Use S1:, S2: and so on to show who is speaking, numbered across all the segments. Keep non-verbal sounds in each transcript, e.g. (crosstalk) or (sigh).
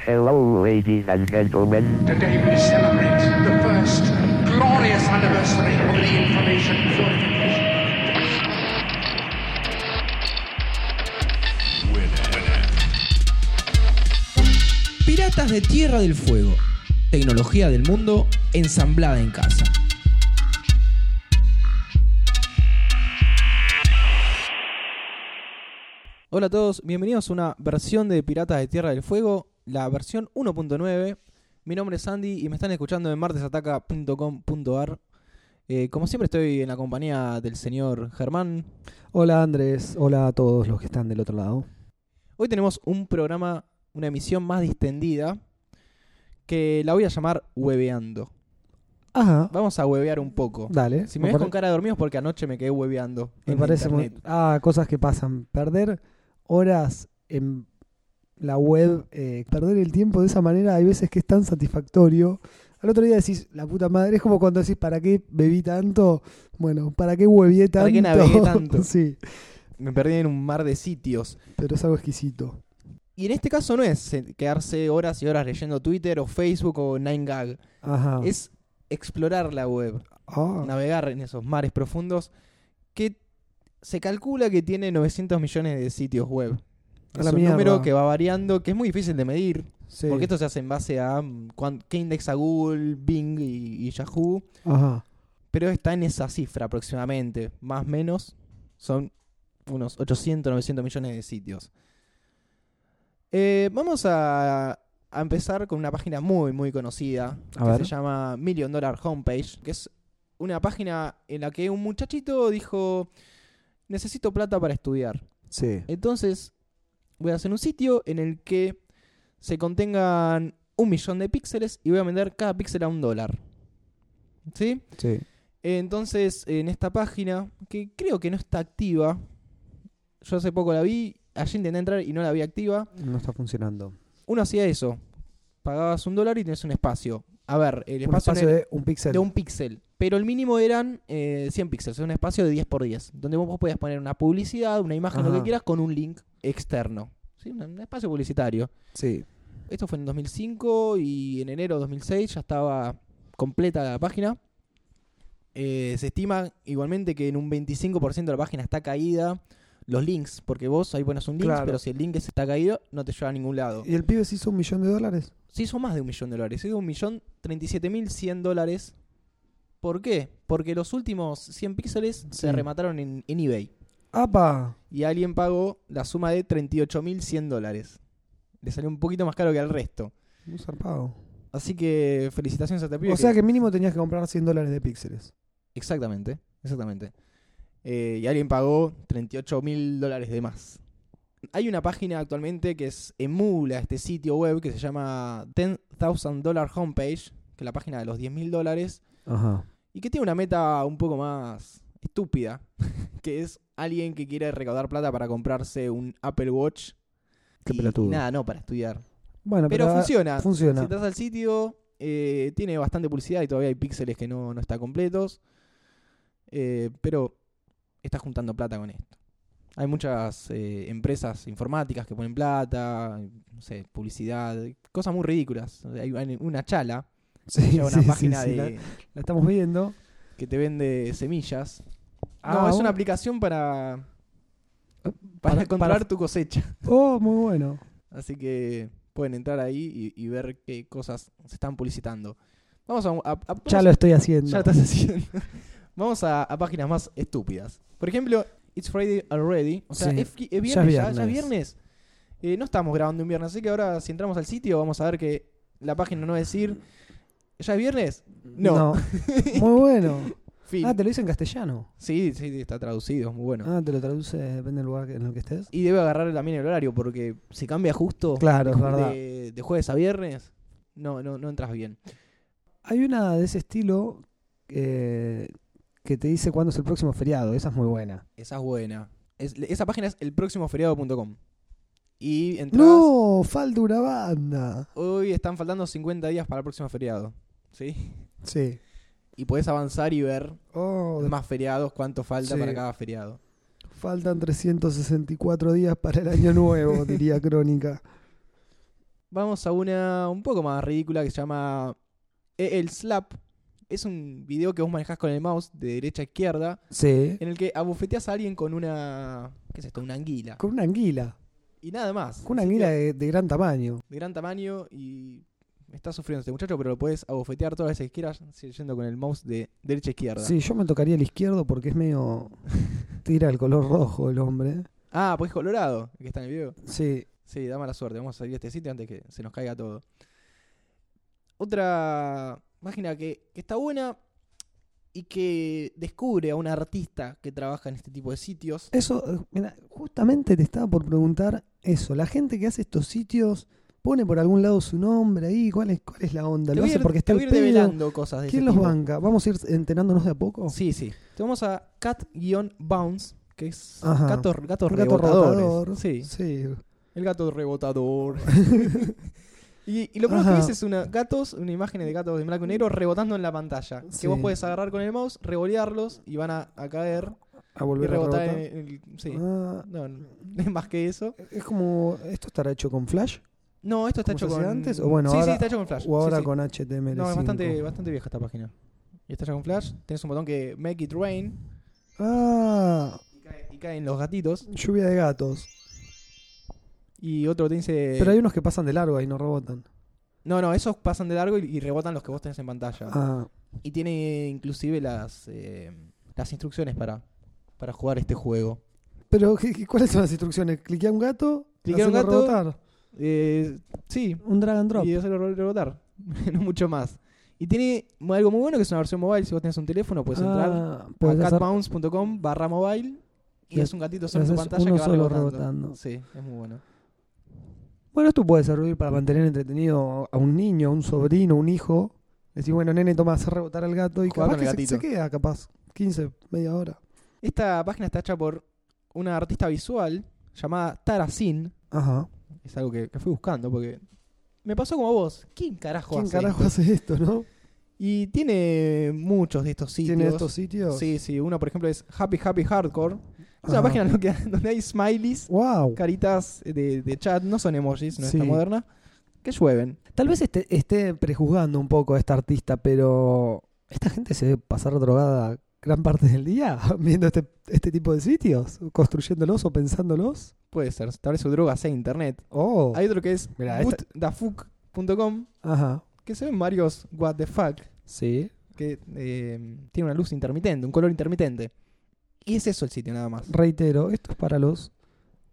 S1: Hello, ladies and gentlemen.
S2: Today we celebrate the first glorious anniversary of the information purification.
S3: Piratas de Tierra del Fuego. Tecnología del mundo ensamblada en casa. Hola a todos, bienvenidos a una versión de Piratas de Tierra del Fuego, la versión 1.9. Mi nombre es Andy y me están escuchando en martesataca.com.ar. Eh, como siempre estoy en la compañía del señor Germán.
S4: Hola Andrés, hola a todos los que están del otro lado.
S3: Hoy tenemos un programa, una emisión más distendida, que la voy a llamar Hueveando.
S4: Ajá,
S3: Vamos a huevear un poco.
S4: dale.
S3: Si me ves
S4: pare-
S3: con cara de dormido es porque anoche me quedé hueveando.
S4: me
S3: en
S4: parece muy-
S3: internet.
S4: Ah, cosas que pasan. Perder horas en la web, eh, perder el tiempo de esa manera, hay veces que es tan satisfactorio. Al otro día decís, la puta madre, es como cuando decís, ¿para qué bebí tanto? Bueno, ¿para qué huevié tanto?
S3: ¿Para qué navegué
S4: (laughs)
S3: tanto?
S4: sí,
S3: Me perdí en un mar de sitios.
S4: pero es algo exquisito.
S3: Y en este caso no es eh, quedarse horas y horas leyendo Twitter o Facebook o 9gag.
S4: Ajá.
S3: Es explorar la web,
S4: Ah,
S3: navegar en esos mares profundos que se calcula que tiene 900 millones de sitios web.
S4: A
S3: Es
S4: la
S3: un
S4: mierda.
S3: número que va variando, que es muy difícil de medir,
S4: sí.
S3: porque esto se hace en base a mm, cuán- qué indexa Google, Bing y- y Yahoo.
S4: Ajá.
S3: pero está en esa cifra aproximadamente, más o menos, son unos 800, 900 millones de sitios. Eh, vamos a, a empezar con una página muy, muy conocida,
S4: A
S3: que
S4: ver.
S3: se llama Million Dollar Homepage, que es una página en la que un muchachito dijo, necesito plata para estudiar.
S4: Sí.
S3: Entonces, voy a hacer un sitio en el que se contengan un millón de píxeles y voy a vender cada píxel a un dólar. ¿Sí?
S4: Sí.
S3: Entonces, en esta página, que creo que no está activa, yo hace poco la vi, allí intenté entrar y no la vi activa,
S4: No está funcionando.
S3: uno hacía eso, pagabas un dólar y tenés un espacio. A ver, el espacio,
S4: un espacio
S3: no era-
S4: de un píxel.
S3: de un píxel, pero el mínimo eran eh, 100 píxeles, un espacio de 10 por 10, donde vos podías poner una publicidad, una imagen, lo que
S4: Ajá.
S3: quieras, con un link externo, ¿sí? un, un espacio publicitario.
S4: Sí.
S3: Esto fue en 2005 y en enero de 2006 ya estaba completa la página. Eh, se estima igualmente que en un 25% de la página está caída los links, porque vos ahí pones un link,
S4: Claro.
S3: pero si el link ese está caído no te lleva a ningún lado.
S4: ¿Y el pibe se hizo un millón de dólares?
S3: Se hizo más de un millón de dólares, se hizo un millón treinta y siete mil cien dólares. ¿Por qué? Porque los últimos 100 píxeles se
S4: Sí.
S3: remataron en, en eBay
S4: ¡Apa!
S3: y alguien pagó la suma de 38.100 dólares. Le salió un poquito más caro que al resto.
S4: Muy zarpado.
S3: Así que felicitaciones a este pibe
S4: O sea que mínimo tenías que comprar 100 dólares de píxeles.
S3: Exactamente, exactamente. Eh, y alguien pagó 38 mil dólares de más. Hay una página actualmente que es emula este sitio web que se llama 10,000 Dollar Homepage, que es la página de los 10 mil dólares,
S4: Ajá.
S3: y que tiene una meta un poco más estúpida, (laughs) que es alguien que quiere recaudar plata para comprarse un Apple Watch.
S4: Qué
S3: y
S4: pelotudo.
S3: Nada, no, para estudiar.
S4: Bueno, pero, ah,
S3: Pero funciona.
S4: funciona.
S3: Si estás al sitio, eh, tiene bastante publicidad y todavía hay píxeles que no, no están completos. Eh, pero estás juntando plata con esto. Hay muchas eh, empresas informáticas que ponen plata, no sé, publicidad, cosas muy ridículas. Hay hay una
S4: (laughs)
S3: chala,
S4: (laughs) Sí,
S3: que lleva una
S4: sí, sí,
S3: página
S4: sí,
S3: de,
S4: la, la estamos viendo.
S3: que te vende semillas.
S4: Ah,
S3: no, es
S4: bueno.
S3: una aplicación para, para,
S4: Ah, Para-
S3: controlar
S4: para-
S3: tu cosecha.
S4: Oh, muy bueno.
S3: Así que pueden entrar ahí y, y ver qué cosas se están publicitando. Vamos a, a- a- vamos
S4: Ya lo estoy
S3: (laughs)
S4: haciendo.
S3: Ya estás haciendo. (laughs) Vamos a, a páginas más estúpidas. Por ejemplo, It's Friday Already. O sea,
S4: Sí.
S3: es, qui- es viernes,
S4: Ya
S3: ya
S4: es
S3: ya es
S4: viernes.
S3: viernes. Eh, no estamos grabando un viernes, así que ahora si entramos al sitio vamos a ver que la página no va a decir, ¿ya es viernes? (laughs) No. (laughs)
S4: muy bueno.
S3: Fin.
S4: Ah, te lo hice en castellano.
S3: Sí, sí, sí, está traducido, es muy bueno.
S4: Ah, te lo traduce, depende del lugar que- en el que estés.
S3: Y debe agarrar también el horario porque se cambia justo
S4: Claro, es
S3: de,
S4: verdad.
S3: de- de jueves a viernes. No, no, no entras bien.
S4: Hay una de ese estilo eh, que te dice cuándo es el próximo feriado. Esa es muy buena.
S3: Esa es buena. Es- esa página es elproximoferiado.com. Y entras.
S4: No, falta una banda.
S3: Hoy están faltando 50 días para el próximo feriado. ¿Sí?
S4: Sí.
S3: Y podés avanzar y ver
S4: Oh, de-
S3: más feriados, cuánto falta
S4: Sí.
S3: para cada feriado. (laughs)
S4: faltan 364 días para el año nuevo, diría Crónica.
S3: Vamos a una un poco más ridícula que se llama E- El Slap. Es un video que vos manejás con el mouse de derecha a izquierda
S4: Sí.
S3: en el que abofeteas a alguien con una... ¿Qué es esto? Una anguila.
S4: Con una anguila.
S3: Y nada más.
S4: Con una
S3: Así que-
S4: anguila de, de gran tamaño.
S3: de gran tamaño y está sufriendo este muchacho, pero lo puedes abofetear todas las veces que quieras, si- yendo con el mouse de derecha a izquierda.
S4: Sí, yo me tocaría el izquierdo porque es medio. Tira el color rojo el hombre.
S3: Ah, pues Colorado, el que está en el video.
S4: Sí.
S3: Sí, da mala suerte, vamos a salir de este sitio antes que se nos caiga todo. Otra página que, que está buena y que descubre a un artista que trabaja en este tipo de sitios.
S4: Eso, eh, mira, justamente te estaba por preguntar eso. La gente que hace estos sitios pone por algún lado su nombre ahí. ¿Cuál es, cuál es la onda?
S3: Te
S4: ¿Lo
S3: voy a
S4: hace
S3: ir-
S4: porque está
S3: te voy
S4: el
S3: a ir
S4: pedo?
S3: develando cosas de
S4: ¿Quién
S3: ese
S4: los
S3: tipo.
S4: banca? ¿Vamos a ir enterándonos de a poco?
S3: Sí, sí. Te vamos a cat-bounce, que es
S4: Ajá.
S3: gatos, gatos
S4: Un gato
S3: rebotadores.
S4: rotador.
S3: Sí.
S4: Sí.
S3: El gato
S4: (laughs)
S3: rebotador. (laughs) y, y lo primero
S4: Ajá.
S3: que ves es una, gatos, una imagen de gatos de blanco y negro rebotando en la pantalla.
S4: Sí.
S3: Que vos puedes agarrar con el mouse, revolearlos y van a, a caer.
S4: A
S3: Y
S4: volver a
S3: rebotar
S4: rebotar.
S3: en el. Sí.
S4: Ah,
S3: No, no, es más que eso.
S4: es como. ¿Esto estará hecho con Flash?
S3: No, esto está
S4: ¿Cómo
S3: hecho
S4: se
S3: con.
S4: hacía antes? O bueno,
S3: sí,
S4: ahora-
S3: sí, está hecho con Flash.
S4: ¿O ahora
S3: Sí, sí.
S4: con HTML5?
S3: No, es bastante, bastante vieja esta página. Y está hecho con Flash. Tenés un botón que Make It Rain
S4: Ah,
S3: y, cae- y caen los gatitos.
S4: lluvia de gatos.
S3: Y otro te dice.
S4: Pero hay unos que pasan de largo y no rebotan.
S3: No, no, esos pasan de largo y, y rebotan los que vos tenés en pantalla.
S4: Ah,
S3: Y tiene inclusive las, eh, las instrucciones para, para jugar este juego.
S4: pero ¿qué- qué- ¿cuáles son las instrucciones? Cliquea un gato,
S3: Cliquea un
S4: hacerlo
S3: gato.
S4: rebotar.
S3: Eh, sí,
S4: Un drag and drop.
S3: y hacerlo re- rebotar. (laughs) no mucho más. Y tiene mu- algo muy bueno que es una versión mobile. Si vos tenés un teléfono, puedes entrar
S4: Ah, podés
S3: a
S4: hacer-
S3: catbounce.com barra mobile y
S4: Le-
S3: es un gatito solo en
S4: le
S3: tu
S4: haces
S3: pantalla
S4: uno
S3: que va
S4: solo
S3: rebotando.
S4: rebotando.
S3: Sí, es muy bueno.
S4: Bueno, esto puede servir para mantener entretenido a un niño, a un sobrino, un hijo. Decir, bueno, nene, toma, hacer rebotar al gato y
S3: Jugar
S4: capaz
S3: con
S4: que
S3: el
S4: se, se
S3: gatito.
S4: queda, capaz, 15, media hora.
S3: Esta página está hecha por una artista visual llamada Tara Sin.
S4: Ajá.
S3: Es algo que, que fui buscando porque me pasó como a vos. ¿Quién carajo
S4: ¿Quién
S3: hace
S4: carajo
S3: esto?
S4: hace esto, no?
S3: Y tiene muchos de estos sitios.
S4: ¿Tiene estos sitios?
S3: Sí, sí. Uno, por ejemplo, es Happy Happy Hardcore. Es una
S4: Ajá.
S3: página (laughs) en la que- donde hay smileys,
S4: ¡Wow!
S3: caritas de, de chat, no son emojis, no
S4: Sí.
S3: está moderna, que llueven.
S4: Tal vez esté, esté prejuzgando un poco a esta artista, pero esta gente se debe pasar drogada gran parte del día (laughs) viendo este, este tipo de sitios, construyéndolos o pensándolos.
S3: Puede ser, tal vez su droga sea internet.
S4: Oh,
S3: Hay otro que es
S4: Mirá, esta-
S3: bootdafuck.com,
S4: ajá,
S3: que se ven varios what the fuck,
S4: sí.
S3: que eh, tiene una luz intermitente, un color intermitente. Y es eso el sitio nada más.
S4: Reitero, esto es para los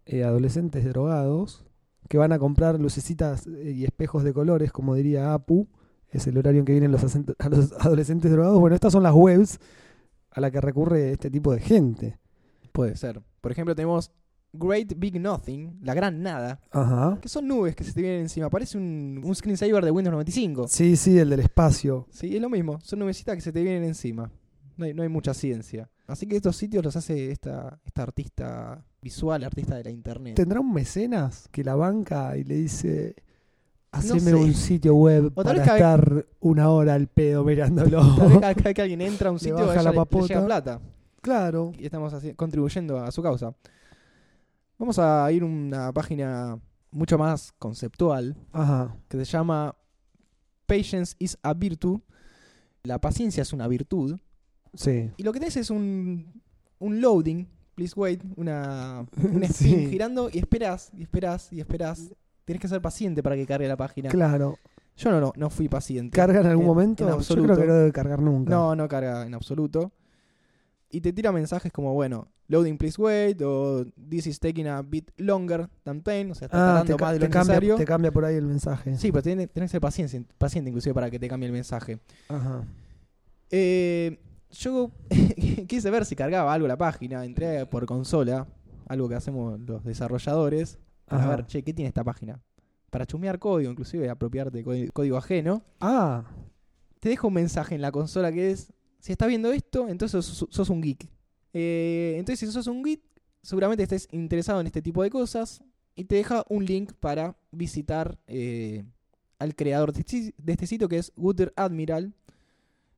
S4: eh, adolescentes drogados que van a comprar lucecitas eh, y espejos de colores, como diría Apu. Es el horario en que vienen los, acento- a los adolescentes drogados. Bueno, estas son las webs a las que recurre este tipo de gente.
S3: Puede ser. Por ejemplo, tenemos Great Big Nothing, la gran nada,
S4: Ajá.
S3: que son nubes que se te vienen encima. Parece un, un screensaver de Windows 95.
S4: Sí, sí, el del espacio.
S3: Sí, es lo mismo. Son nubecitas que se te vienen encima. No hay, no hay mucha ciencia. Así que estos sitios los hace esta, esta artista visual, artista de la internet.
S4: ¿Tendrá un mecenas que la banca y le dice, haceme
S3: sé.
S4: un sitio web
S3: O tal
S4: para
S3: vez que-
S4: estar una hora al
S3: (laughs) Tal
S4: pedo
S3: vez
S4: mirándolo?
S3: cada cada vez que alguien entra a un
S4: Le
S3: sitio,
S4: baja
S3: a ella
S4: la
S3: le- le
S4: papota.
S3: llega plata.
S4: claro.
S3: Y estamos así- contribuyendo a su causa. Vamos a ir a una página mucho más conceptual
S4: Ajá.
S3: que se llama Patience is a Virtue. La paciencia es una virtud.
S4: Sí.
S3: Y lo que tenés es un, un loading, please wait, (laughs) una,
S4: (laughs)
S3: un spin
S4: Sí.
S3: girando y esperás, y esperás, y esperás. Tienes que ser paciente para que cargue la página.
S4: Claro.
S3: Yo no, no, no fui paciente.
S4: ¿Carga en algún
S3: En-
S4: momento?
S3: en
S4: Yo
S3: absoluto.
S4: creo que no debe cargar nunca.
S3: No, no carga en absoluto. Y te tira mensajes como, bueno, loading, please wait, o this is taking a bit longer than pain, o sea, está
S4: Ah, te,
S3: tardando
S4: ca-
S3: más de
S4: te
S3: lo
S4: cambia,
S3: necesario.
S4: te cambia por ahí el mensaje.
S3: Sí, pero tenés, tenés que ser paciente, paciente inclusive para que te cambie el mensaje.
S4: Ajá.
S3: Eh, yo (laughs) quise ver si cargaba algo la página. Entré por consola, algo que hacemos los desarrolladores. Para
S4: Ajá.
S3: ver, che, ¿qué tiene esta página? Para chumear código, inclusive apropiarte de códi- código ajeno.
S4: Ah,
S3: Te dejo un mensaje en la consola que es: si estás viendo esto, entonces sos, sos un geek. Eh, entonces, si sos un geek, seguramente estés interesado en este tipo de cosas. Y te deja un link para visitar eh, al creador de este, si- de este sitio, que es Guter Admiral,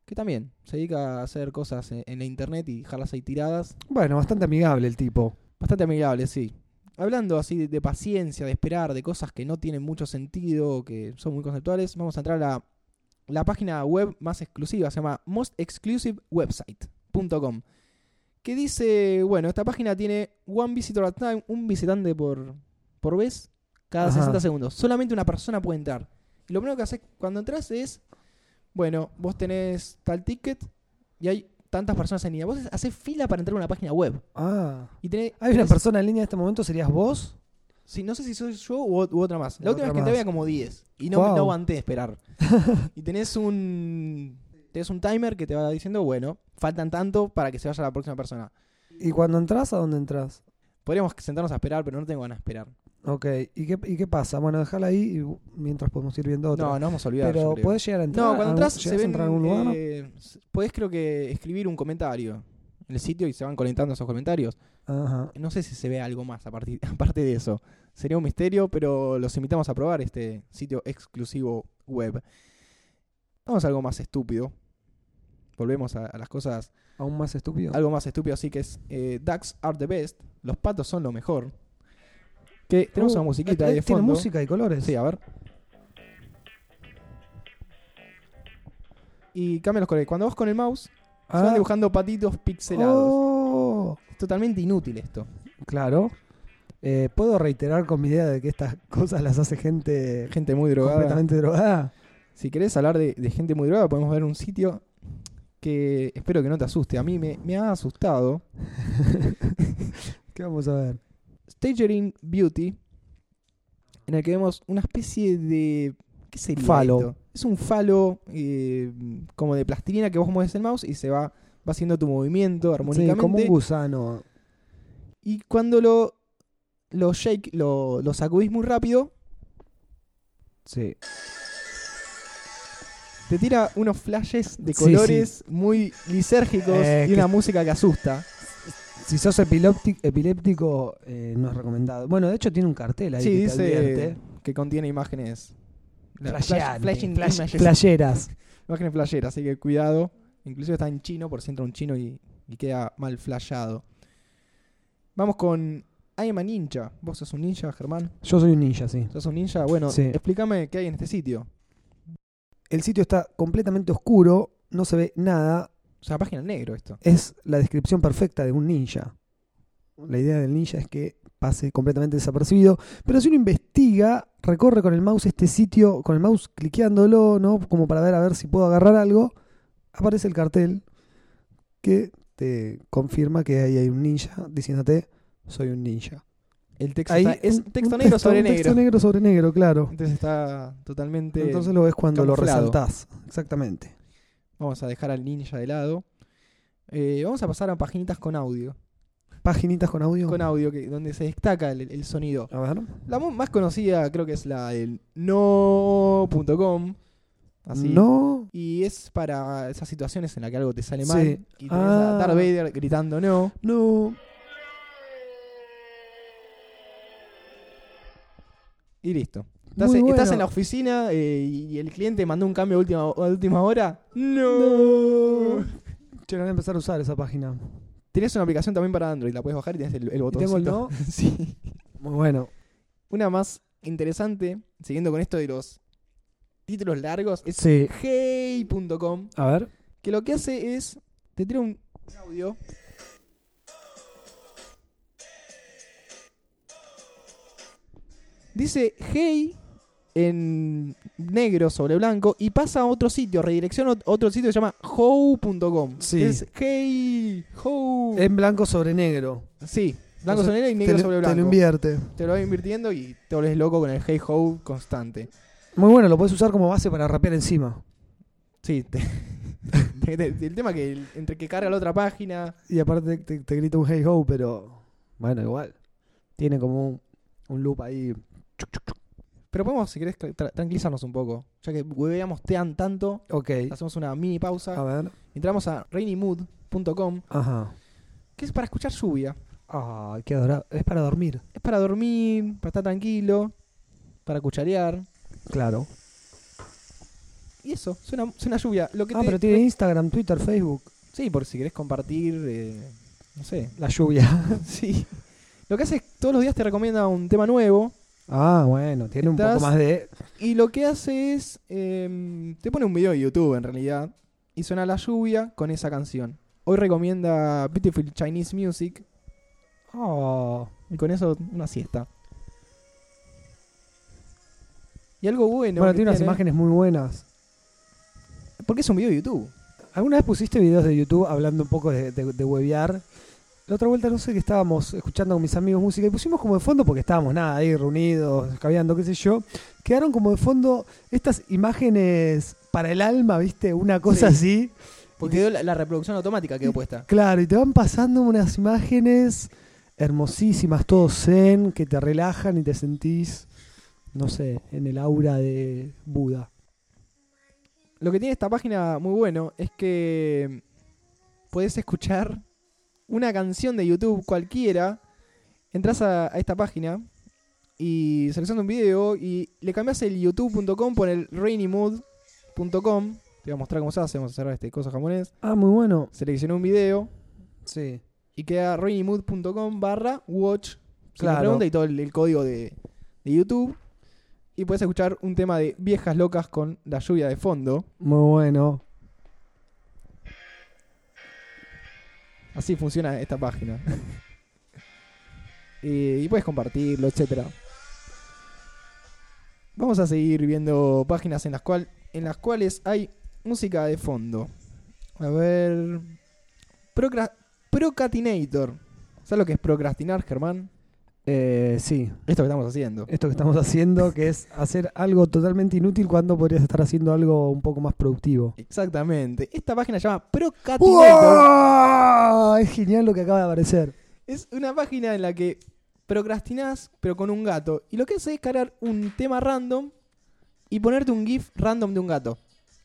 S3: que también se dedica a hacer cosas en, en la internet y dejarlas ahí tiradas.
S4: bueno, bastante amigable el tipo.
S3: Bastante amigable, sí. hablando así de, de paciencia, de esperar, de cosas que no tienen mucho sentido, que son muy conceptuales, vamos a entrar a la, la página web más exclusiva, se llama mostexclusivewebsite.com, que dice, bueno, esta página tiene one visitor at a time, un visitante por, por vez, cada
S4: Ajá.
S3: 60 segundos. Solamente una persona puede entrar. Y lo primero que haces cuando entras es, bueno, vos tenés tal ticket y hay tantas personas en línea. Vos haces fila para entrar a una página web.
S4: Ah.
S3: Y tenés,
S4: Hay una
S3: tenés-
S4: persona en línea en este momento, serías vos.
S3: Sí, no sé si soy yo u, ot- u otra más. La
S4: U
S3: última vez
S4: otra
S3: que te
S4: más.
S3: había como 10. Y no,
S4: Guau.
S3: no aguanté
S4: (laughs)
S3: esperar. y tenés un. Tenés un timer que te va diciendo, bueno, faltan tanto para que se vaya la próxima persona.
S4: Y cuando entras, ¿a dónde entras?
S3: Podríamos sentarnos a esperar, pero no tengo ganas de esperar.
S4: Ok. ¿Y qué, y qué pasa? Bueno, déjala ahí y uh, mientras podemos ir viendo otra.
S3: No, no vamos a olvidar. yo
S4: Pero
S3: creo.
S4: podés llegar a entrar.
S3: No, cuando
S4: a algún-
S3: entras se
S4: ¿llegas a
S3: ven.
S4: entrar a algún lugar?
S3: eh, s- podés, creo que, escribir un comentario en el sitio y se van conectando esos comentarios.
S4: Ajá.
S3: No sé si se ve algo más a partir- (laughs) aparte de eso. Sería un misterio, pero los invitamos a probar este sitio exclusivo web. Vamos a algo más estúpido. Volvemos a, a las cosas.
S4: Aún más estúpido.
S3: Algo más estúpido, así que es eh, Ducks are the best. Los patos son lo mejor. Que tenemos
S4: Uh,
S3: una musiquita
S4: eh,
S3: ahí de
S4: Tiene
S3: fondo.
S4: música y colores. Ah,
S3: Sí, a ver. Y cambia los colores. Cuando vas con el mouse, se van
S4: Ah.
S3: dibujando patitos pixelados.
S4: Oh,
S3: Es totalmente inútil esto.
S4: claro. Eh, ¿Puedo reiterar con mi idea de que estas (laughs) cosas las hace gente
S3: Gente muy drogada.
S4: completamente drogada?
S3: Si querés hablar de, de gente muy drogada, podemos ver un sitio que espero que no te asuste. A mí me, me ha asustado.
S4: ¿Qué vamos a ver?
S3: Stagering Beauty, en el que vemos una especie de. ¿Qué sería?
S4: Falo.
S3: esto? Es un falo eh, como de plastilina que vos mueves el mouse y se va, va haciendo tu movimiento
S4: Sí,
S3: armónicamente.
S4: como un gusano.
S3: Y cuando lo, lo shake, lo, lo sacudís muy rápido,
S4: Sí.
S3: te tira unos flashes de
S4: Sí,
S3: colores muy lisérgicos
S4: Eh,
S3: y
S4: que-
S3: una música que asusta.
S4: Si sos epilópti- epiléptico, eh, no es recomendado. Bueno, de hecho tiene un cartel ahí
S3: Sí,
S4: que te
S3: dice
S4: advierte.
S3: que contiene imágenes. la-
S4: Flasheante,
S3: flash- flashing
S4: flash-
S3: images.
S4: flasheras.
S3: Imágenes flasheras, así que cuidado. Inclusive está en chino, por si entra un chino y, y queda mal flashado. Vamos con I am a ninja. Vos sos un ninja, Germán.
S4: Yo soy un ninja, sí.
S3: ¿Sos un ninja? Bueno,
S4: Sí.
S3: explícame qué hay en este sitio.
S4: El sitio está completamente oscuro, no se ve nada.
S3: O sea, página en negro esto.
S4: Es la descripción perfecta de un ninja. La idea del ninja es que pase completamente desapercibido. Pero si uno investiga, recorre con el mouse este sitio, con el mouse cliqueándolo, ¿no? Como para ver a ver si puedo agarrar algo, aparece el cartel que te confirma que ahí hay un ninja diciéndote, soy un ninja.
S3: El texto
S4: Ahí,
S3: está- es
S4: un-
S3: texto negro
S4: un texto-
S3: sobre
S4: un
S3: negro.
S4: texto negro sobre negro, claro.
S3: Entonces está totalmente.
S4: Entonces lo ves cuando
S3: camuflado.
S4: lo resaltás. Exactamente.
S3: Vamos a dejar al ninja de lado. Eh, vamos a pasar a paginitas con audio.
S4: Paginitas con audio.
S3: Con audio, que, donde se destaca el, el sonido.
S4: A ver.
S3: La mo- más conocida creo que es la del no.com. Así.
S4: No.
S3: Y es para esas situaciones en las que algo te sale
S4: Sí.
S3: mal. Y tenés a
S4: Ah.
S3: Darth Vader gritando no.
S4: No.
S3: Y listo.
S4: Muy
S3: Estás, en- estás
S4: bueno.
S3: en la oficina eh, y el cliente mandó un cambio a última, a última hora.
S4: No.
S3: no.
S4: (laughs) Che, la voy a empezar a usar esa página.
S3: Tenés una aplicación también para Android, la puedes bajar y tenés el, el
S4: Y
S3: botoncito.
S4: tengo el no.
S3: (laughs) Sí.
S4: Muy bueno.
S3: Una más interesante, siguiendo con esto de los títulos largos, es
S4: Sí.
S3: hey.com,
S4: A ver.
S3: que lo que hace es, te tira un audio. Dice hey en negro sobre blanco y pasa a otro sitio, redirecciona a otro sitio que se llama how.com.
S4: Sí.
S3: Es hey, how.
S4: En blanco sobre negro.
S3: Sí, blanco
S4: Entonces,
S3: sobre negro y
S4: te
S3: negro
S4: lo-
S3: sobre
S4: Te lo
S3: blanco.
S4: invierte.
S3: Te lo vas invirtiendo y te volvés loco con el hey ho constante.
S4: Muy bueno, lo puedes usar como base para rapear encima.
S3: Sí,
S4: (laughs)
S3: te- te- te- el tema que el- entre que carga la otra página.
S4: Y aparte te, te grita un hey ho, pero. Bueno, igual. Tiene como un, un loop ahí.
S3: Pero podemos, si querés, tra- tranquilizarnos un poco. Ya que hueveamos tean tanto,
S4: Ok.
S3: hacemos una mini
S4: A
S3: pausa.
S4: ver.
S3: Entramos a rainymood.com,
S4: Ajá.
S3: que es para escuchar lluvia.
S4: Ah, qué adorable. Es para dormir.
S3: Es para dormir, para estar tranquilo, para cucharear.
S4: Claro.
S3: Y eso, suena, suena lluvia. Lo que
S4: Ah,
S3: te-
S4: pero tiene Instagram, Twitter, Facebook.
S3: Sí, por si querés compartir, eh, no sé, (laughs)
S4: La lluvia.
S3: Sí. Lo que hace es todos los días te recomienda un tema nuevo.
S4: (laughs) Ah, bueno, tiene un poco
S3: Estás-
S4: más de.
S3: Y lo que hace es. em, te pone un video de YouTube en realidad. Y suena la lluvia con esa canción. Hoy recomienda Beautiful Chinese Music.
S4: Oh,
S3: Y con eso una siesta. Y algo bueno.
S4: bueno,
S3: que
S4: tiene unas imágenes muy buenas.
S3: Porque es un video de YouTube.
S4: ¿Alguna vez pusiste videos de YouTube hablando un poco de, de- de huevear? La otra vuelta no sé que estábamos escuchando con mis amigos música y pusimos como de fondo porque estábamos nada ahí reunidos, caviando, qué sé yo. Quedaron como de fondo estas imágenes para el alma, ¿viste? Una cosa así.
S3: Porque quedó la, la reproducción automática quedó puesta.
S4: Claro, y te van pasando unas imágenes hermosísimas, todo zen, que te relajan y te sentís, no sé, en el aura de Buda.
S3: Lo que tiene esta página muy bueno es que podés escuchar una canción de YouTube cualquiera. Entras a, a esta página y seleccionas un video y le cambias el youtube.com por el rainymood.com. Te voy a mostrar cómo se hace. Vamos a cerrar este cosa japonés.
S4: Ah, muy bueno.
S3: Seleccioné un video
S4: Sí.
S3: y queda rainymood.com barra watch.
S4: Claro.
S3: Claro. pregunta y todo el, el código de, de YouTube. Y puedes escuchar un tema de viejas locas con la lluvia de fondo.
S4: Muy bueno.
S3: Así funciona esta página. (laughs) Eh, y puedes compartirlo, etcétera. Vamos a seguir viendo páginas en las, cual, en las cuales hay música de fondo. A ver. Procra- Procrastinator. ¿Sabes lo que es procrastinar, Germán?
S4: Eh, sí,
S3: Esto que estamos haciendo.
S4: esto que estamos (laughs) haciendo, que es hacer algo totalmente inútil cuando podrías estar haciendo algo un poco más productivo.
S3: Exactamente. Esta página se llama Procrastinator.
S4: ¡Uah! Es genial lo que acaba de aparecer.
S3: Es una página en la que procrastinás, pero con un gato. Y lo que hace es cargar un tema random y ponerte un GIF random de un gato.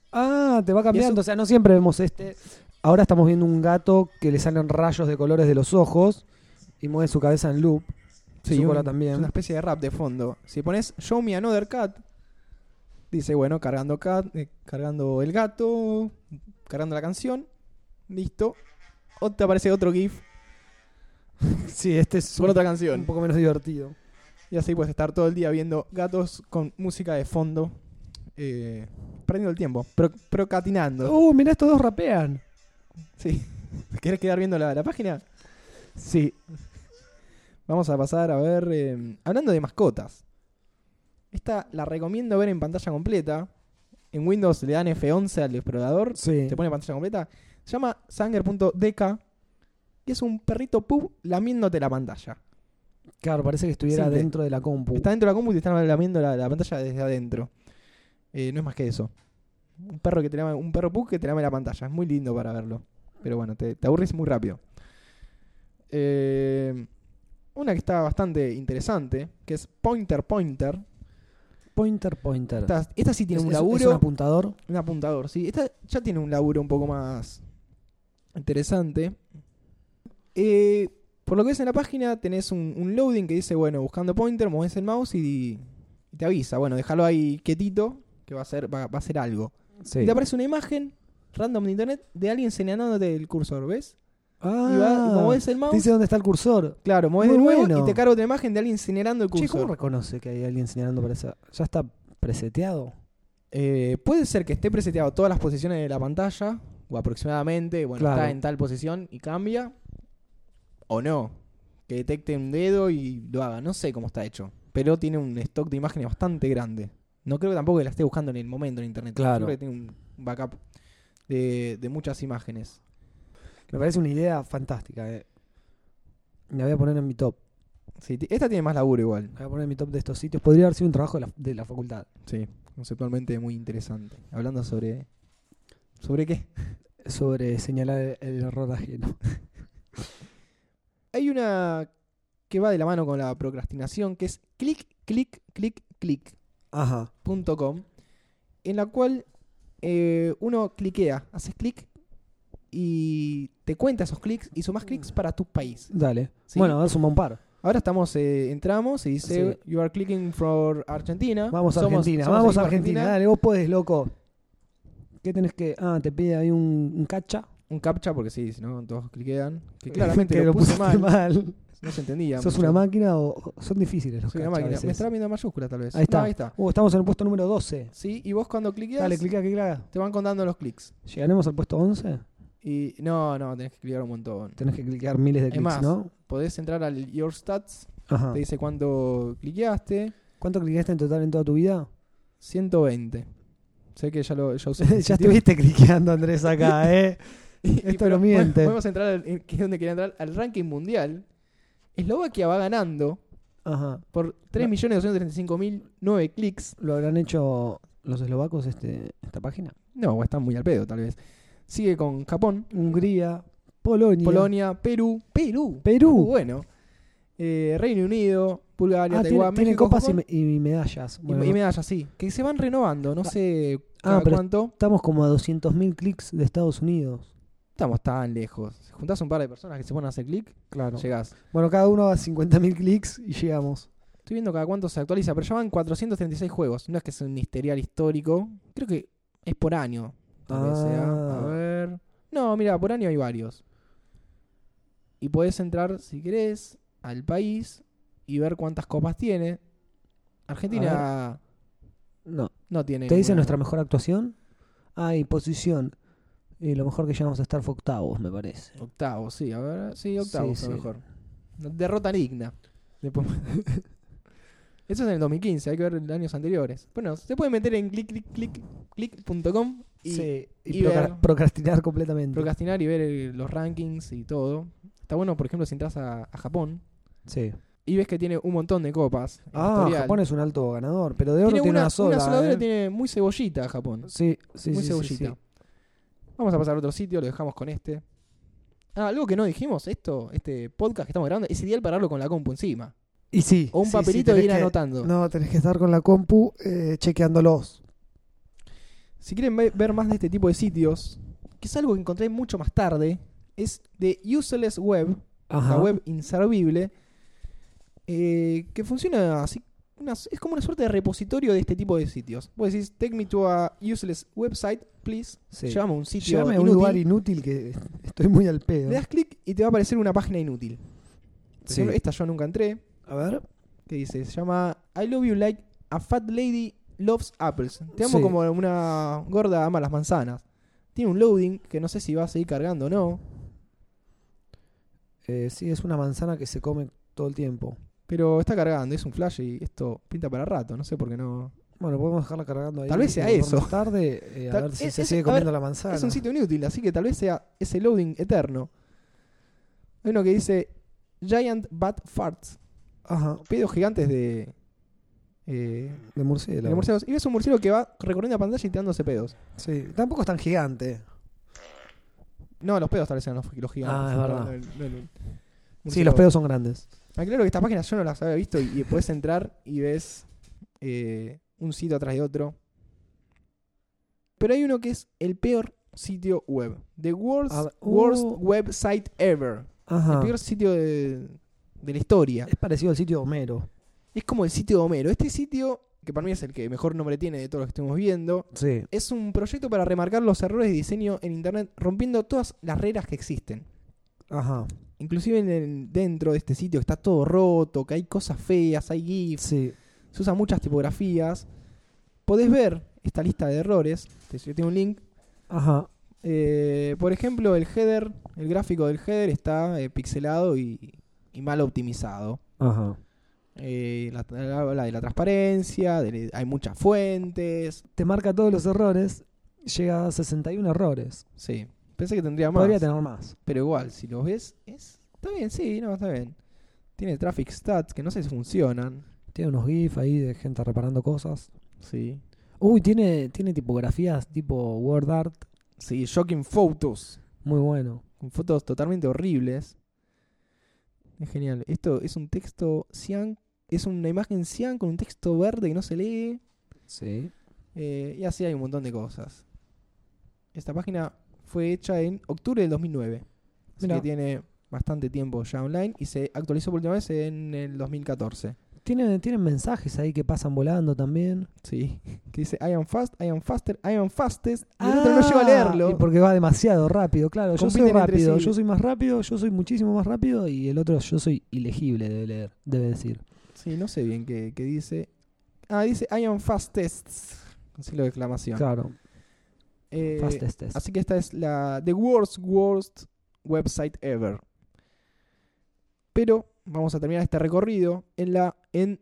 S4: Ah, te va cambiando. O sea, no siempre vemos este. Ahora estamos viendo un gato que le salen rayos de colores de los ojos y mueve su cabeza en loop. (laughs) su cola
S3: un-
S4: también.
S3: Es una especie de rap de fondo. Si pones Show Me Another Cat, dice, bueno, cargando, cat, eh, cargando el gato, cargando la canción, listo. O te aparece otro GIF
S4: Sí, este es
S3: con
S4: un,
S3: otra
S4: un
S3: canción.
S4: poco menos divertido.
S3: Y así puedes estar todo el día viendo gatos con música de fondo. eh, perdiendo el tiempo, pro- procatinando.
S4: Uh, mirá, estos dos rapean.
S3: Sí. (laughs) ¿Querés quedar viendo la, la página?
S4: Sí.
S3: Vamos a pasar a ver. eh, hablando de mascotas. Esta la recomiendo ver en pantalla completa. En Windows le dan F11 al explorador.
S4: Sí.
S3: Te pone pantalla completa. Se llama Sanger.dk. Y es un perrito pub lamiéndote la pantalla.
S4: Claro, parece que estuviera
S3: Simple.
S4: dentro de la compu.
S3: Está dentro de la compu y te están lamiendo la, la pantalla desde adentro. Eh, no es más que eso. Un perro que te lame- un perro pug que te lame la pantalla. Es muy lindo para verlo. Pero bueno, te, te aburres muy rápido. Eh, una que está bastante interesante, que es Pointer Pointer.
S4: Pointer, pointer.
S3: Esta, esta sí tiene
S4: Es-
S3: un
S4: es-
S3: laburo.
S4: es un apuntador.
S3: Un apuntador, sí. Esta ya tiene un laburo un poco más interesante. Eh, por lo que ves en la página, tenés un, un loading que dice, bueno, buscando pointer, mueves el mouse y, y te avisa. Bueno, déjalo ahí quietito, que va a hacer, va, va a hacer algo.
S4: Sí.
S3: Y te aparece una imagen random de internet de alguien señalándote el cursor, ¿ves?
S4: Ah,
S3: y va, y como mueves el
S4: te
S3: mouse,
S4: dice dónde está el cursor.
S3: claro, mueves de
S4: Muy
S3: nuevo
S4: bueno.
S3: y te carga otra imagen de alguien señalando el
S4: Che,
S3: cursor.
S4: ¿cómo reconoce que hay alguien señalando para esa? ¿Ya está preseteado?
S3: Eh, puede ser que esté preseteado todas las posiciones de la pantalla, o aproximadamente, bueno,
S4: Claro.
S3: está en tal posición y cambia, o no, que detecte un dedo y lo haga, no sé cómo está hecho, pero tiene un stock de imágenes bastante grande. No creo que tampoco que la esté buscando en el momento en internet,
S4: Claro.
S3: Siempre tiene un backup de, de muchas imágenes.
S4: Me parece una idea fantástica. eh. La voy a poner en mi top.
S3: Sí, ti- esta tiene más laburo igual,
S4: La voy a poner en mi top de estos sitios. Podría haber sido un trabajo de la, de la facultad.
S3: sí, conceptualmente muy interesante. Hablando sobre... ¿Sobre qué?
S4: Sobre señalar el, el error ajeno.
S3: Hay una que va de la mano con la procrastinación, que es clic, clic, clic, clic.com,
S4: Ajá.
S3: en la cual eh, uno cliquea, haces clic y te cuenta esos clics y sumas
S4: Mm.
S3: clics para tu país.
S4: Dale.
S3: ¿sí?
S4: Bueno, ahora suma un par.
S3: ahora estamos, eh, entramos y dice, you are clicking for Argentina.
S4: Vamos a
S3: Somos-
S4: Argentina.
S3: somos
S4: Vamos a
S3: equipo
S4: Argentina. Dale, vos podés, loco. ¿Qué tenés que...? Ah, te pide ahí un, un cacha.
S3: Un captcha, porque sí, si no, todos cliquean. Que
S4: Eh, (laughs)
S3: claramente
S4: que
S3: lo puse
S4: pusiste
S3: mal. No se entendía.
S4: ¿Sos
S3: mucho.
S4: una máquina o o- son difíciles los
S3: Soy una
S4: captcha a
S3: máquina. Me
S4: veces.
S3: estaba viendo en mayúscula, tal vez.
S4: Ahí está.
S3: No, ahí está.
S4: Uh, estamos en el puesto número 12.
S3: Sí, y vos cuando cliqueas,
S4: Dale, clica, clica.
S3: te van contando los clics.
S4: ¿Llegaremos al puesto 11?
S3: Y no, no, tenés que clicar un montón.
S4: Tenés que clicar miles de
S3: Es
S4: clics,
S3: más,
S4: ¿no?
S3: Podés entrar al Your Stats,
S4: Ajá.
S3: te dice cuánto cliqueaste.
S4: ¿Cuánto clicaste en total en toda tu vida?
S3: 120. Sé que ya lo ya
S4: (laughs)
S3: usé. el
S4: ya
S3: sitio.
S4: estuviste cliqueando, Andrés, acá, ¿eh?
S3: (laughs) Y- y
S4: esto
S3: pero
S4: no miente.
S3: Podemos entrar, al, en- que es donde quería entrar, al ranking mundial. Eslovaquia va ganando
S4: Ajá.
S3: por 3.235.009 clics.
S4: ¿Lo habrán hecho los eslovacos este, esta página?
S3: No, están muy al pedo, tal vez. Sigue con Japón,
S4: Hungría, Polonia. Ah,
S3: Polonia, Perú. Perú.
S4: Perú.
S3: Muy bueno. Eh, Reino Unido, Bulgaria,
S4: Ah, tiene-
S3: Taiwán,
S4: tienen
S3: México,
S4: copas y,
S3: Japón
S4: me- y medallas.
S3: y-
S4: Bueno,
S3: y medallas, sí. Que se van renovando, no
S4: Ah,
S3: sé cada
S4: pero-
S3: cuánto.
S4: Estamos como a 200.000 clics de Estados Unidos.
S3: Estamos tan lejos. Si Juntás un par de personas que se ponen a hacer clic,
S4: Claro.
S3: llegás.
S4: Bueno, cada uno va a 50.000 clics y llegamos.
S3: Estoy viendo cada cuánto se actualiza, pero ya van 436 juegos. No es que sea un historial histórico. Creo que es por año. tal vez sea. A
S4: Ah.
S3: ver. No, mira, por año hay varios. Y podés entrar, si querés, al país y ver cuántas copas tiene. Argentina
S4: No.
S3: no tiene.
S4: ¿Te dice
S3: ninguna.
S4: nuestra mejor actuación? Ah, y posición. Y lo mejor que llegamos a estar fue octavos, me parece.
S3: Octavo, sí, a ver. Sí, octavo,
S4: Sí,
S3: a lo
S4: sí.
S3: mejor. Derrota digna. Le pon- (laughs) Eso es en el 2015, hay que ver en años anteriores. Bueno, se puede meter en clic, clic, clic, clic.com y
S4: sí, y,
S3: y
S4: proca-
S3: ver-
S4: procrastinar completamente.
S3: procrastinar y ver el- los rankings y todo. Está bueno, por ejemplo, si entras a, a Japón
S4: sí.
S3: y ves que tiene un montón de copas. en
S4: Ah,
S3: historial.
S4: Japón es un alto ganador, pero de oro
S3: tiene
S4: tiene una, sola. ¿eh?
S3: vez, tiene muy cebollita Japón.
S4: Sí, sí,
S3: muy
S4: sí, sí,
S3: cebollita.
S4: sí.
S3: Vamos a pasar a otro sitio, lo dejamos con este. Ah, algo que no dijimos, esto, este podcast que estamos grabando, es ideal pararlo con la compu encima.
S4: Y sí.
S3: O un
S4: sí, sí,
S3: papelito
S4: tenés
S3: y ir
S4: que-
S3: anotando.
S4: No, tenés que estar con la compu eh, chequeándolos.
S3: Si quieren ve- ver más de este tipo de sitios, que es algo que encontré mucho más tarde, es de Useless Web,
S4: Ajá.
S3: la web inservible, eh, que funciona así. una- es como una suerte de repositorio de este tipo de sitios. Vos decís, take me to a useless website, please.
S4: Sí.
S3: Llévame a un sitio
S4: Llévame a un
S3: inútil.
S4: lugar inútil que estoy muy al pedo.
S3: Le das clic y te va a aparecer una página inútil. Por
S4: Sí.
S3: ejemplo, Esta yo nunca entré.
S4: A ver.
S3: Que dice, se llama I love you like a fat lady loves apples. Te amo
S4: Sí.
S3: como una gorda ama las manzanas. Tiene un loading que no sé si va a seguir cargando o no.
S4: Eh, sí, es una manzana que se come todo el tiempo.
S3: Pero está cargando, es un flash y esto pinta para rato. No sé por qué no.
S4: Bueno, podemos dejarla cargando ahí.
S3: Tal vez sea
S4: y volver
S3: eso.
S4: Más tarde, eh, a
S3: Tal-
S4: ver si
S3: es-
S4: se
S3: es-
S4: sigue
S3: a
S4: comiendo la manzana.
S3: Es un sitio inútil, así que tal vez sea ese loading eterno. Hay uno que dice Giant Bat Farts.
S4: Ajá,
S3: Pedos gigantes de. eh,
S4: de
S3: de
S4: murciélago.
S3: murciélagos. Y ves un murciélago que va recorriendo la pantalla y tirándose pedos.
S4: Sí, tampoco es tan gigante.
S3: No, los pedos tal vez sean los, los gigantes.
S4: Ah, es
S3: No,
S4: verdad.
S3: no, el- no, el- el
S4: Sí, los
S3: murciélago.
S4: pedos son grandes.
S3: Ah, claro que estas páginas yo no las había visto y, y puedes entrar y ves eh, un sitio atrás de otro. Pero hay uno que es el peor sitio web. The worst,
S4: A ver, uh. Ah.
S3: worst website ever. El
S4: Ajá.
S3: peor sitio de, de la historia.
S4: Es parecido al sitio de Homero.
S3: Es como el sitio de Homero. Este sitio, que para mí es el que mejor nombre tiene de todos los que estuvimos viendo,
S4: Sí.
S3: es un proyecto para remarcar los errores de diseño en Internet, rompiendo todas las reglas que existen.
S4: Ajá.
S3: Inclusive en el- dentro de este sitio que está todo roto, que hay cosas feas, hay GIFs,
S4: Sí.
S3: se usan muchas tipografías. Podés ver esta lista de errores. Te yo tengo un link.
S4: Ajá.
S3: Eh, por ejemplo, el header, el gráfico del header está eh, pixelado y, y mal optimizado.
S4: Ajá.
S3: Eh, la- la- habla de la transparencia, de- hay muchas fuentes.
S4: Te marca todos los errores. Llega a 61 errores.
S3: Sí, pensé que tendría más.
S4: Podría tener más.
S3: Pero igual, si lo ves, es, está bien, sí, no, está bien. Tiene traffic stats que no sé si funcionan.
S4: Tiene unos GIFs ahí de gente reparando cosas.
S3: Sí.
S4: Uy, tiene, tiene tipografías tipo Word Art.
S3: Sí, shocking photos.
S4: Muy bueno.
S3: con fotos totalmente horribles. Es genial. Esto es un texto cian, es una imagen cian con un texto verde que no se lee.
S4: Sí.
S3: eh, y así hay un montón de cosas. Esta página fue hecha en octubre del 2009. Así
S4: Mirá.
S3: que tiene bastante tiempo ya online y se actualizó por última vez en el 2014.
S4: Tienen, tienen mensajes ahí que pasan volando también.
S3: Sí. (laughs) Que dice, I am fast, I am faster, I am fastest. Y el otro no lleva a leerlo.
S4: Ah, y porque va demasiado rápido, claro. Yo soy
S3: Compiten entre
S4: rápido,
S3: sí.
S4: yo soy más rápido, yo soy muchísimo más rápido y el otro yo soy ilegible, debe leer, debe decir.
S3: Sí, no sé bien qué, qué dice. Ah, dice, I am fastest. Con siglo de exclamación.
S4: Claro,
S3: Eh,
S4: fastest test.
S3: Así que esta es la The Worst Worst Website Ever. Pero vamos a terminar este recorrido en la en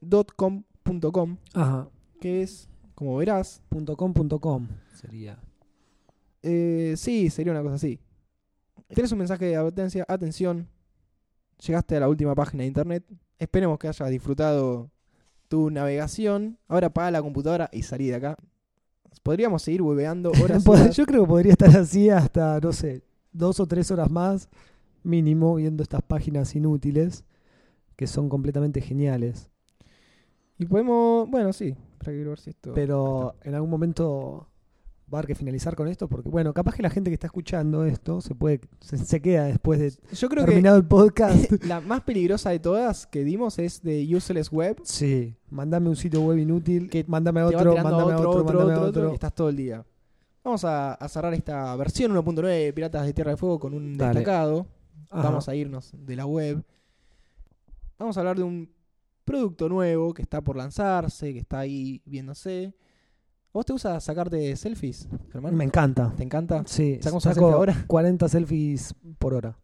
S3: www.com.com,
S4: Ajá,
S3: que es, como verás,
S4: punto com, punto com (laughs) sería.
S3: eh, sí, sería una cosa así. Tienes un mensaje de advertencia, atención, llegaste a la última página de internet, esperemos que hayas disfrutado tu navegación, ahora apaga la computadora y salí de acá. Podríamos seguir
S4: (laughs)
S3: hueveando horas. y
S4: Pod-
S3: horas.
S4: Yo creo que podría estar así hasta, no sé, dos o tres horas más mínimo viendo estas páginas inútiles que son completamente geniales.
S3: Y podemos, bueno, sí, para que quiero ver si esto...
S4: Pero en algún momento va a haber que finalizar con esto porque, bueno, capaz que la gente que está escuchando esto se puede se, se queda después de
S3: Yo creo
S4: terminado el
S3: (laughs)
S4: podcast.
S3: que la más peligrosa de todas que dimos es de Useless Web.
S4: sí, mandame un sitio web inútil,
S3: Que
S4: mándame a
S3: Te va
S4: otro,
S3: tirando
S4: mándame a otro, mándame a otro.
S3: y estás todo el día. Vamos a, a cerrar esta versión 1.9 de Piratas de Tierra de Fuego con un
S4: Dale.
S3: destacado.
S4: Ajá.
S3: Vamos a irnos de la web. Vamos a hablar de un producto nuevo que está por lanzarse, que está ahí viéndose. ¿Vos te gusta sacarte selfies, Germán?
S4: Me encanta.
S3: ¿Te encanta?
S4: Sí,
S3: ¿Sacamos una
S4: saco
S3: selfie ahora?
S4: 40 selfies por hora.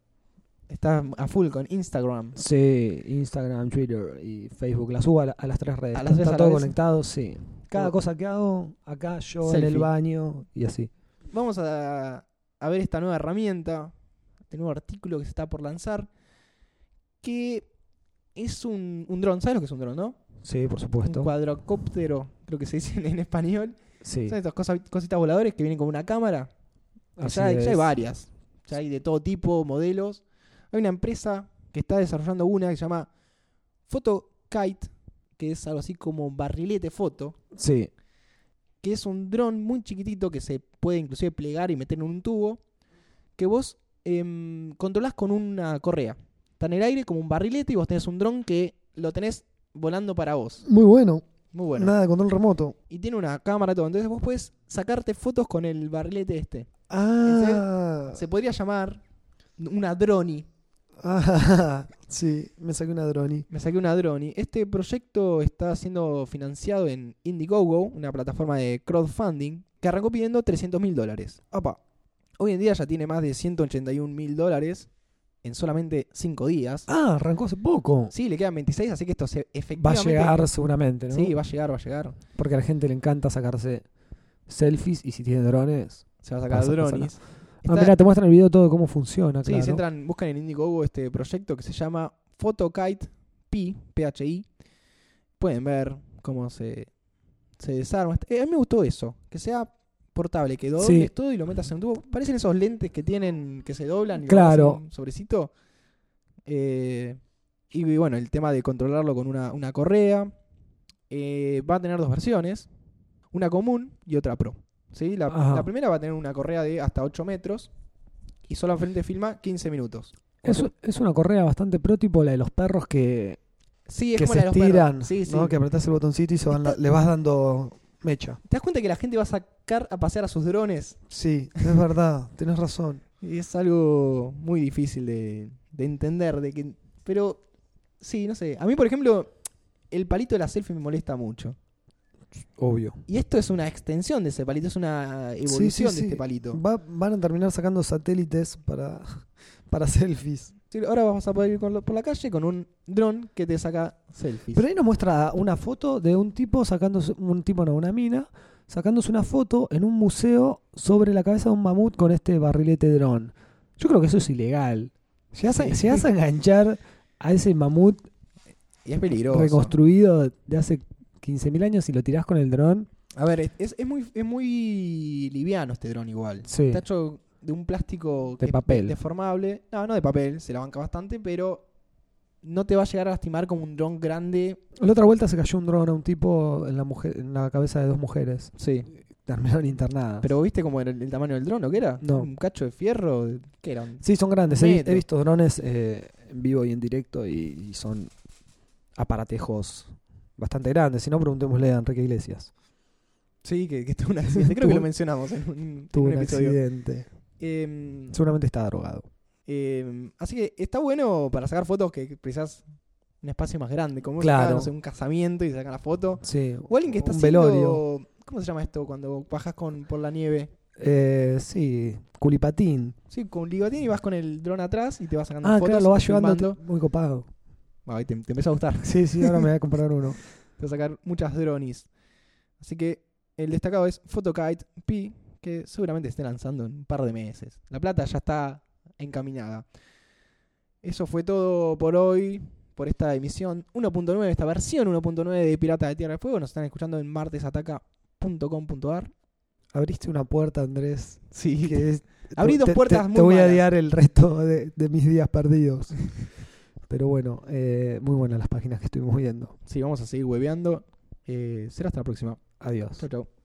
S3: Estás a full con Instagram.
S4: Sí, Instagram, Twitter y Facebook. La subo a, la- a las tres redes.
S3: A las tres
S4: Está
S3: a la
S4: todo
S3: vez.
S4: conectado, sí. Cada
S3: Todo.
S4: cosa que hago, acá yo en
S3: Selfie.
S4: el baño y así.
S3: Vamos a, a ver esta nueva herramienta, este nuevo artículo que se está por lanzar, que es un, un dron. ¿Sabes lo que es un dron, no?
S4: Sí, por
S3: Un
S4: supuesto.
S3: cuadrocóptero, creo que se dice en español.
S4: Sí,
S3: ¿Sabes estas cosas, cositas voladoras que vienen con una cámara?
S4: así
S3: Ya, hay- ya hay
S4: es.
S3: varias. Ya hay de todo tipo, modelos. Hay una empresa que está desarrollando una que se llama Photokite, que es algo así como barrilete foto.
S4: Sí,
S3: que es un dron muy chiquitito que se puede inclusive plegar y meter en un tubo, que vos em, controlás con una correa. Está en el aire como un barrilete y vos tenés un dron que lo tenés volando para vos.
S4: muy bueno.
S3: Muy bueno.
S4: Nada de control remoto.
S3: Y tiene una cámara y todo. Entonces vos podés sacarte fotos con el barrilete este.
S4: Ah,
S3: Se podría llamar una droni.
S4: ah, (laughs) sí, me saqué una droni.
S3: Me saqué una droni. Este proyecto está siendo financiado en Indiegogo, una plataforma de crowdfunding, que arrancó pidiendo 300 mil dólares. Hoy en día ya tiene más de 181 mil dólares en solamente 5 días.
S4: Ah, arrancó hace poco.
S3: Sí, le quedan 26, así que esto se
S4: Va a
S3: efectivamente...
S4: llegar seguramente, ¿no?
S3: Sí, va a llegar, va a llegar.
S4: Porque a la gente le encanta sacarse selfies y si tiene drones.
S3: Se va a sacar
S4: Pasa,
S3: drones.
S4: Ah,
S3: Está-
S4: mirá, te muestran el video todo cómo funciona,
S3: sí,
S4: claro.
S3: si entran, buscan en Indiegogo este proyecto que se llama Photokite P, PHI. Pueden ver cómo se, se desarma. Eh, a mí me gustó eso, que sea portable, que dobles
S4: Sí.
S3: todo y lo metas en un tubo. Parecen esos lentes que tienen, que se doblan y lo
S4: Claro.
S3: metes en un sobrecito. Eh, y bueno, el tema de controlarlo con una, una correa. Eh, va a tener dos versiones, una común y otra pro. ¿sí? La,
S4: Ajá.
S3: la primera va a tener una correa de hasta 8 metros y solo al frente filma 15 minutos.
S4: Es, es una correa bastante pro, tipo la de los perros que,
S3: Sí, es
S4: que
S3: como
S4: se
S3: la de los perros.
S4: estiran,
S3: Sí, sí.
S4: ¿no? que apretás el botoncito y se van la- le vas dando mecha.
S3: ¿Te das cuenta que la gente va a sacar a pasear a sus drones?
S4: Sí, es verdad, Ah, tenés razón.
S3: Y Es algo muy difícil de, de entender. De que, pero sí, no sé. A mí, por ejemplo, el palito de la selfie me molesta mucho.
S4: Obvio.
S3: Y esto es una extensión de ese palito, es una evolución de
S4: sí.
S3: este palito.
S4: Va- van a terminar sacando satélites para, (laughs) para selfies.
S3: Sí, Ahora vas a poder ir con lo- por la calle con un dron que te saca selfies.
S4: Pero ahí nos muestra una foto de un tipo sacándose, un tipo no, una mina, sacándose una foto en un museo sobre la cabeza de un mamut con este barrilete dron. Yo creo que eso es ilegal. Llegás a,
S3: Sí.
S4: llegás a enganchar a ese mamut
S3: y es peligroso.
S4: reconstruido de hace 15.000 años y lo tirás con el dron.
S3: A ver, es- es, es muy, es muy liviano este dron igual.
S4: Sí.
S3: Está hecho de un plástico
S4: De
S3: que es
S4: papel.
S3: deformable. No, no de papel, se la banca bastante, pero no te va a llegar a lastimar como un dron grande.
S4: La otra vuelta se cayó un dron a un tipo en la, mujer, en la cabeza de dos mujeres.
S3: Sí.
S4: Terminaron internadas.
S3: Pero viste como era el, el tamaño del dron, ¿o qué era?
S4: No.
S3: Un cacho de fierro, ¿qué era? Un-
S4: sí, son grandes. He, vi-
S3: Metro.
S4: he visto drones eh, en vivo y en directo y, y son aparatejos bastante grandes. Si no, preguntémosle a Enrique Iglesias.
S3: Sí, que, que tuvo (laughs) un accidente. Este Creo que lo mencionamos en un, en
S4: Tuvo
S3: un
S4: un,
S3: episodio.
S4: accidente.
S3: Em,
S4: Seguramente está drogado.
S3: em, así que está bueno para sacar fotos que, que precisas un espacio más grande. Como
S4: Claro.
S3: sacar, no sé, un casamiento y sacan la foto.
S4: Sí.
S3: O alguien que está
S4: un
S3: haciendo-
S4: velorio.
S3: ¿Cómo se llama esto? Cuando bajas con, por la nieve.
S4: Eh, sí, culipatín.
S3: Sí, con ligotín y vas con el dron atrás y te vas sacando
S4: Ah,
S3: fotos.
S4: claro, lo vas
S3: te
S4: llevando
S3: filmando.
S4: te- muy copado.
S3: Ay, te, te empezó a gustar.
S4: Sí, sí, ahora me voy a comprar uno.
S3: Te va a sacar muchas dronis. Así que el destacado es Photokite P, que seguramente esté lanzando en un par de meses. La plata ya está encaminada. Eso fue todo por hoy, por esta emisión 1.9, esta versión 1.9 de Pirata de Tierra del Fuego. Nos están escuchando en martesataca.com.ar.
S4: (laughs) Abriste una puerta, Andrés.
S3: Sí,
S4: que es-
S3: Abrí
S4: te-
S3: dos
S4: te-
S3: puertas
S4: Te,
S3: muy
S4: te voy a
S3: malas.
S4: odiar el resto de, de mis días perdidos. Pero bueno, eh, muy buenas las páginas que estuvimos viendo.
S3: sí, vamos a seguir hueveando. Eh, será hasta la próxima.
S4: Adiós.
S3: Chau, chau.